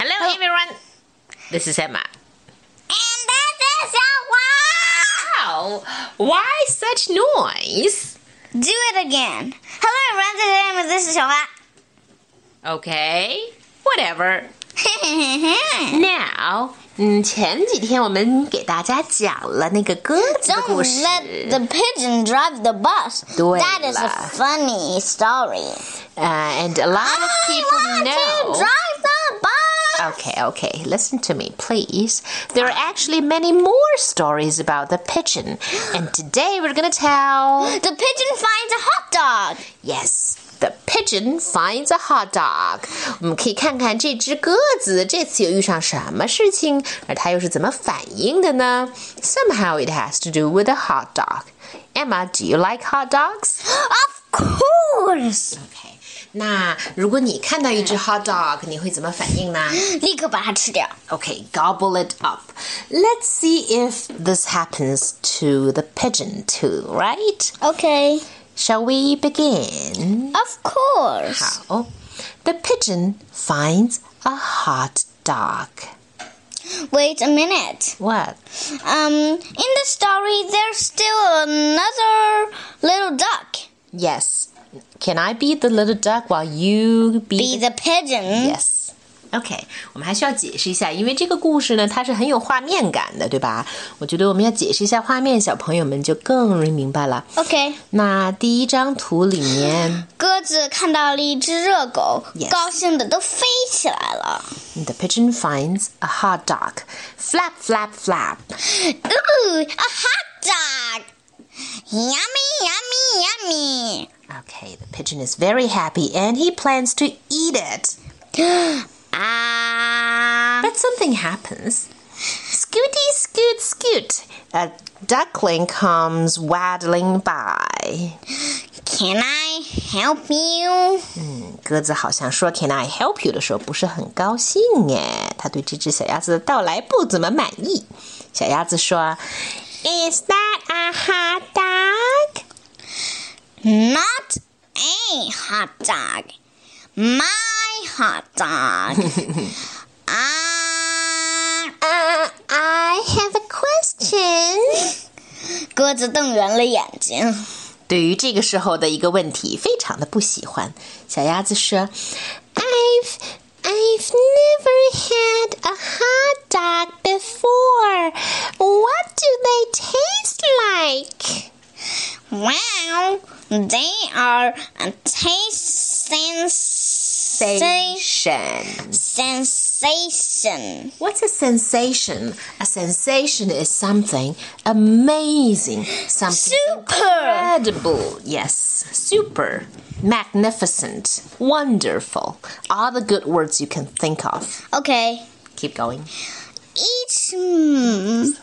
Oh. This is Emma. And this is Xiaohua. Ow! Why such noise? Do it again. Hello, everyone. Today I'm with this is Okay, whatever. Xiaohua. Now，嗯，前几天我们给大家讲了那个鸽子的 Don't 故事。 let the pigeon drive the bus. 对 That is a 了。 funny story. Uh, and a lot Oh, of people to know. drive the bus. Okay, okay, listen to me, please. There are actually many more stories about the pigeon, and today we're gonna tell. The pigeon finds a hot dog. Yes, the pigeon finds a hot dog. 我们可以看看这只鸽子这次又遇上什么事情，而它又是怎么反应的呢？Somehow it has to do with a hot dog. Emma, do you like hot dogs? Of course. Okay. 那如果你看到一 只 hot dog，你会怎么反应呢立刻把它吃掉。 ？Okay, gobble it up. Let's see if this happens to the pigeon too, right? Okay. Shall we begin? Of course. 好，The pigeon finds a hot dog. Wait a minute. What? Um, in the story, there's still another little duck. Yes. Can I be the little duck while you be, Be the the pigeon. Yes. OK，我们还需要解释一下，因为这个故事呢，它是很有画面感的，对吧？我觉得我们要解释一下画面，小朋友们就更容易明白了。 OK，那第一张图里面鸽子看到了一只热狗 Yes 高兴的都飞起来了。 ，the pigeon finds a hot dog. Flap, flap, flap. Ooh, a hot dog! Yummy, yummy, OK, the pigeon is very happy and he plans to eat it. yummy. Ah, But something happens. Scooty, scoot, scoot. A duckling comes waddling by. can I help you? 鸽子好像说 "Can I help you" 的时候不是很高兴哎，它对这只小鸭子的到来不怎么满意。小鸭子说：“Is that a hot dog？” Not a hot dog. My hot dog. Uh, ah, Uh, I have a question. 鸽子瞪圆了眼睛。对于这个时候的一个问题，非常的不喜欢。小鸭子说：“I've I've never had a hot dog before. What do they taste like?” Well, they are a taste sens- Sensation. sensation. What's a sensation? A sensation is something amazing, something Super! incredible. Yes, super, magnificent, wonderful. All the good words you can think of. Okay. Keep going. Each mm,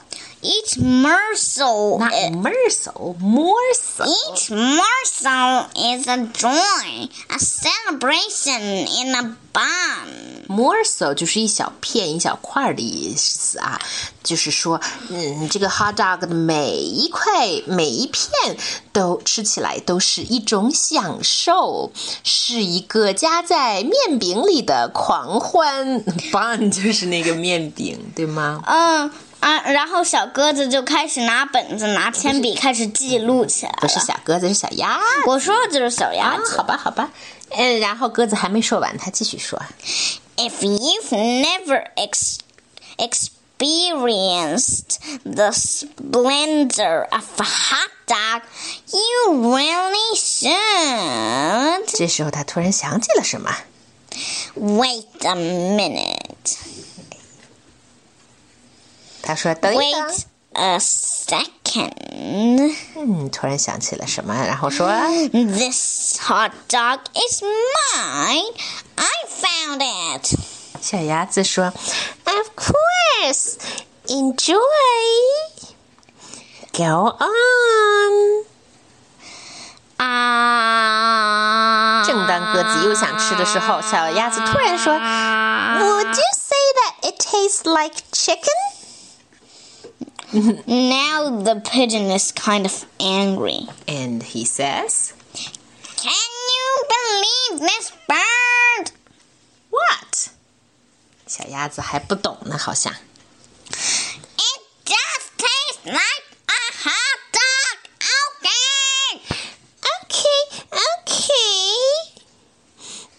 each morsel Not i- morsel, morsel. each morsel is a joy, a celebration in a bun. morsel 就是一小片、一小块儿的意思啊，就是说，嗯，这个 hot dog 的每一块、每一片都吃起来都是一种享受，是一个夹在面饼里的狂欢。bun 就是那个面饼，对吗？嗯啊，然后小鸽子就开始拿本子、拿铅笔开始记录起来不是了。小鸽子，是小鸭 我说的就是小鸭啊子。。好吧，好吧，嗯，然后鸽子还没说完，他继续说。 If you've never ex- experienced the splendor of a hot dog, you really should. 这时候他突然想起了什么。 Wait a minute. 他说：“等一等。” Wait a second. 嗯，突然想起了什么，然后说嗯 This hot dog is mine. I found it. 小鸭子说，Of course, enjoy. Go on. 啊！正当鸽子又想吃的时候，小鸭子突然说，Would you say that it tastes like chicken? Now the pigeon is kind of angry. And he says, Can you believe this bird? What? 小鸭子还不懂呢，好像。 It just tastes like a hot dog. Okay. Okay, okay.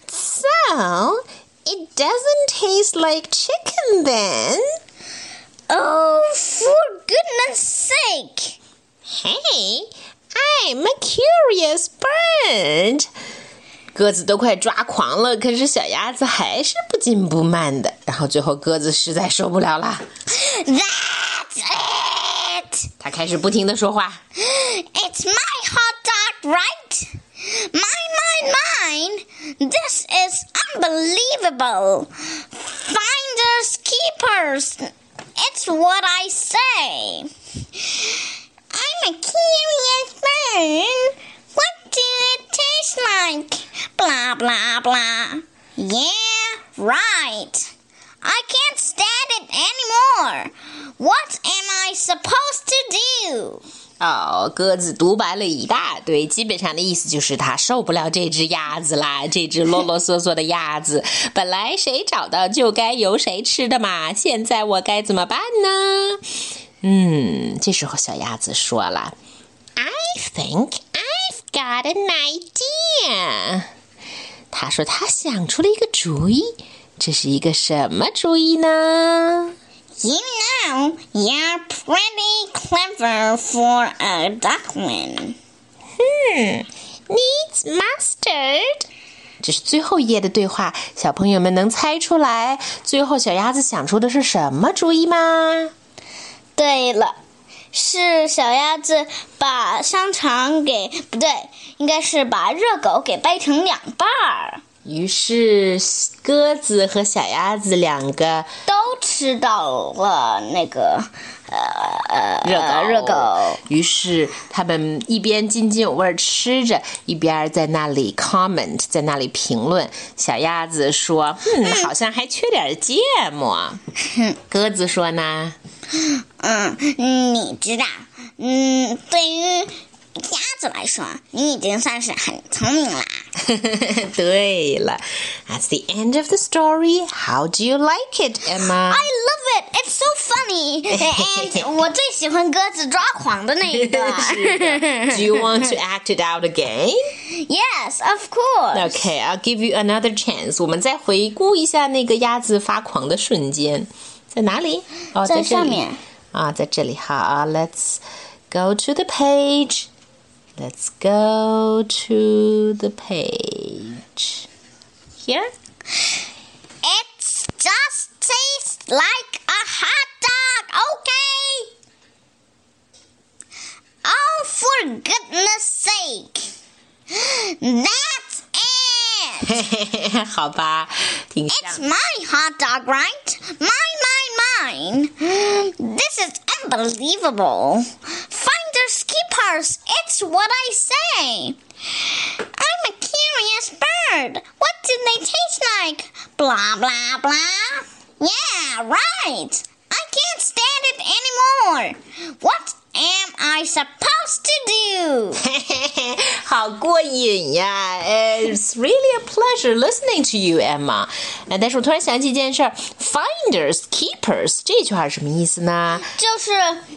So, it doesn't taste like chicken then. Oh, for goodness sake. Hey, I'm a curious bird. 鸽子都快抓狂了，可是小鸭子还是不紧不慢的。然后最后鸽子实在受不了了， That's it. 它开始不停的说话。 It's my hot dog, right? Mine, mine, mine. This is unbelievable. Finders keepers. It's what I say. I'm a curious bird. What do it taste like? Blah, blah, blah. Yeah, right. I can't stand it anymore. What am I supposed to do? 哦，鸽子独白了一大堆，基本上的意思就是它受不了这只鸭子啦，这只啰啰嗦嗦的鸭子。本来谁找到就该由谁吃的嘛，现在我该怎么办呢？嗯，这时候小鸭子说了：“I think I've got an idea。”他说他想出了一个主意，这是一个什么主意呢？ You know, you're pretty clever for a duckling. 嗯 needs mustard。这是最后一页的对话，小朋友们能猜出来最后小鸭子想出的是什么主意吗？对了，是小鸭子把香肠给不对，应该是把热狗给掰成两半儿，于是鸽子和小鸭子两个都吃到了那个呃热狗，热狗。。于是他们一边津津有味儿吃着，一边在那里 comment，在那里评论。小鸭子说：“嗯，好像还缺点芥末。”鸽子说呢？嗯，你知道，嗯，对于鸭子来说，你已经算是很聪明啦。 对了，That's the end of the story. How do you like it, Emma? I love it, it's so funny. And 我最喜欢鸽子抓狂的那一段。 do you want to act it out again? yes, of course. Okay, I'll give you another chance. 我们再回顾一下那个鸭子发狂的瞬间，在哪里？哦，在在这上里面啊，在这里。好，Let's go to the page. Let's go to the page. Here. It's just tastes like a hot dog, okay? Oh, for goodness sake. That's it. 好吧，挺像 It's。my hot dog, right? Mine, mine, mine. This is unbelievable. Finders keepers, it's what I say. I'm a curious bird. What do they taste like? Blah, blah, blah. Yeah, right. I can't stand it anymore. What am I supposed to do? 好过瘾呀！It's 呃 really a pleasure listening to you, Emma。呃但是我突然想起一件事儿，finders keepers 这句话是什么意思呢？就是，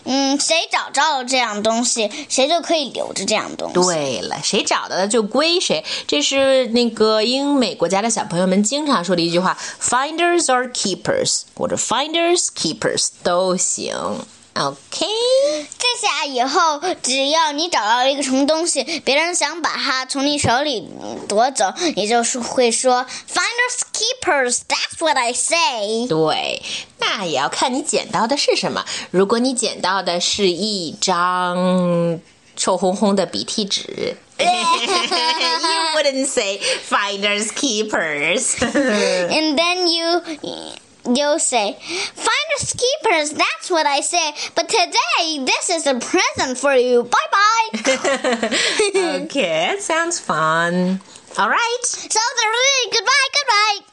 嗯，谁找着了这样东西，谁就可以留着这样东西。对了，谁找到的就归谁，这是那个英美国家的小朋友们经常说的一句话，finders or keepers，或者 finders keepers 都行。OK，这下以后，只要你找到了一个什么东西，别人想把它从你手里嗯夺走，你就是会说 Finders keepers, that's what I say. 对，那也要看你捡到的是什么。如果你捡到的是一张臭烘烘的鼻涕 纸，You wouldn't say finders keepers 。 And then you you say, Finders keepers, that's what I say. But today this is a present for you. Bye bye. okay, that sounds fun. All right. so the really goodbye, goodbye.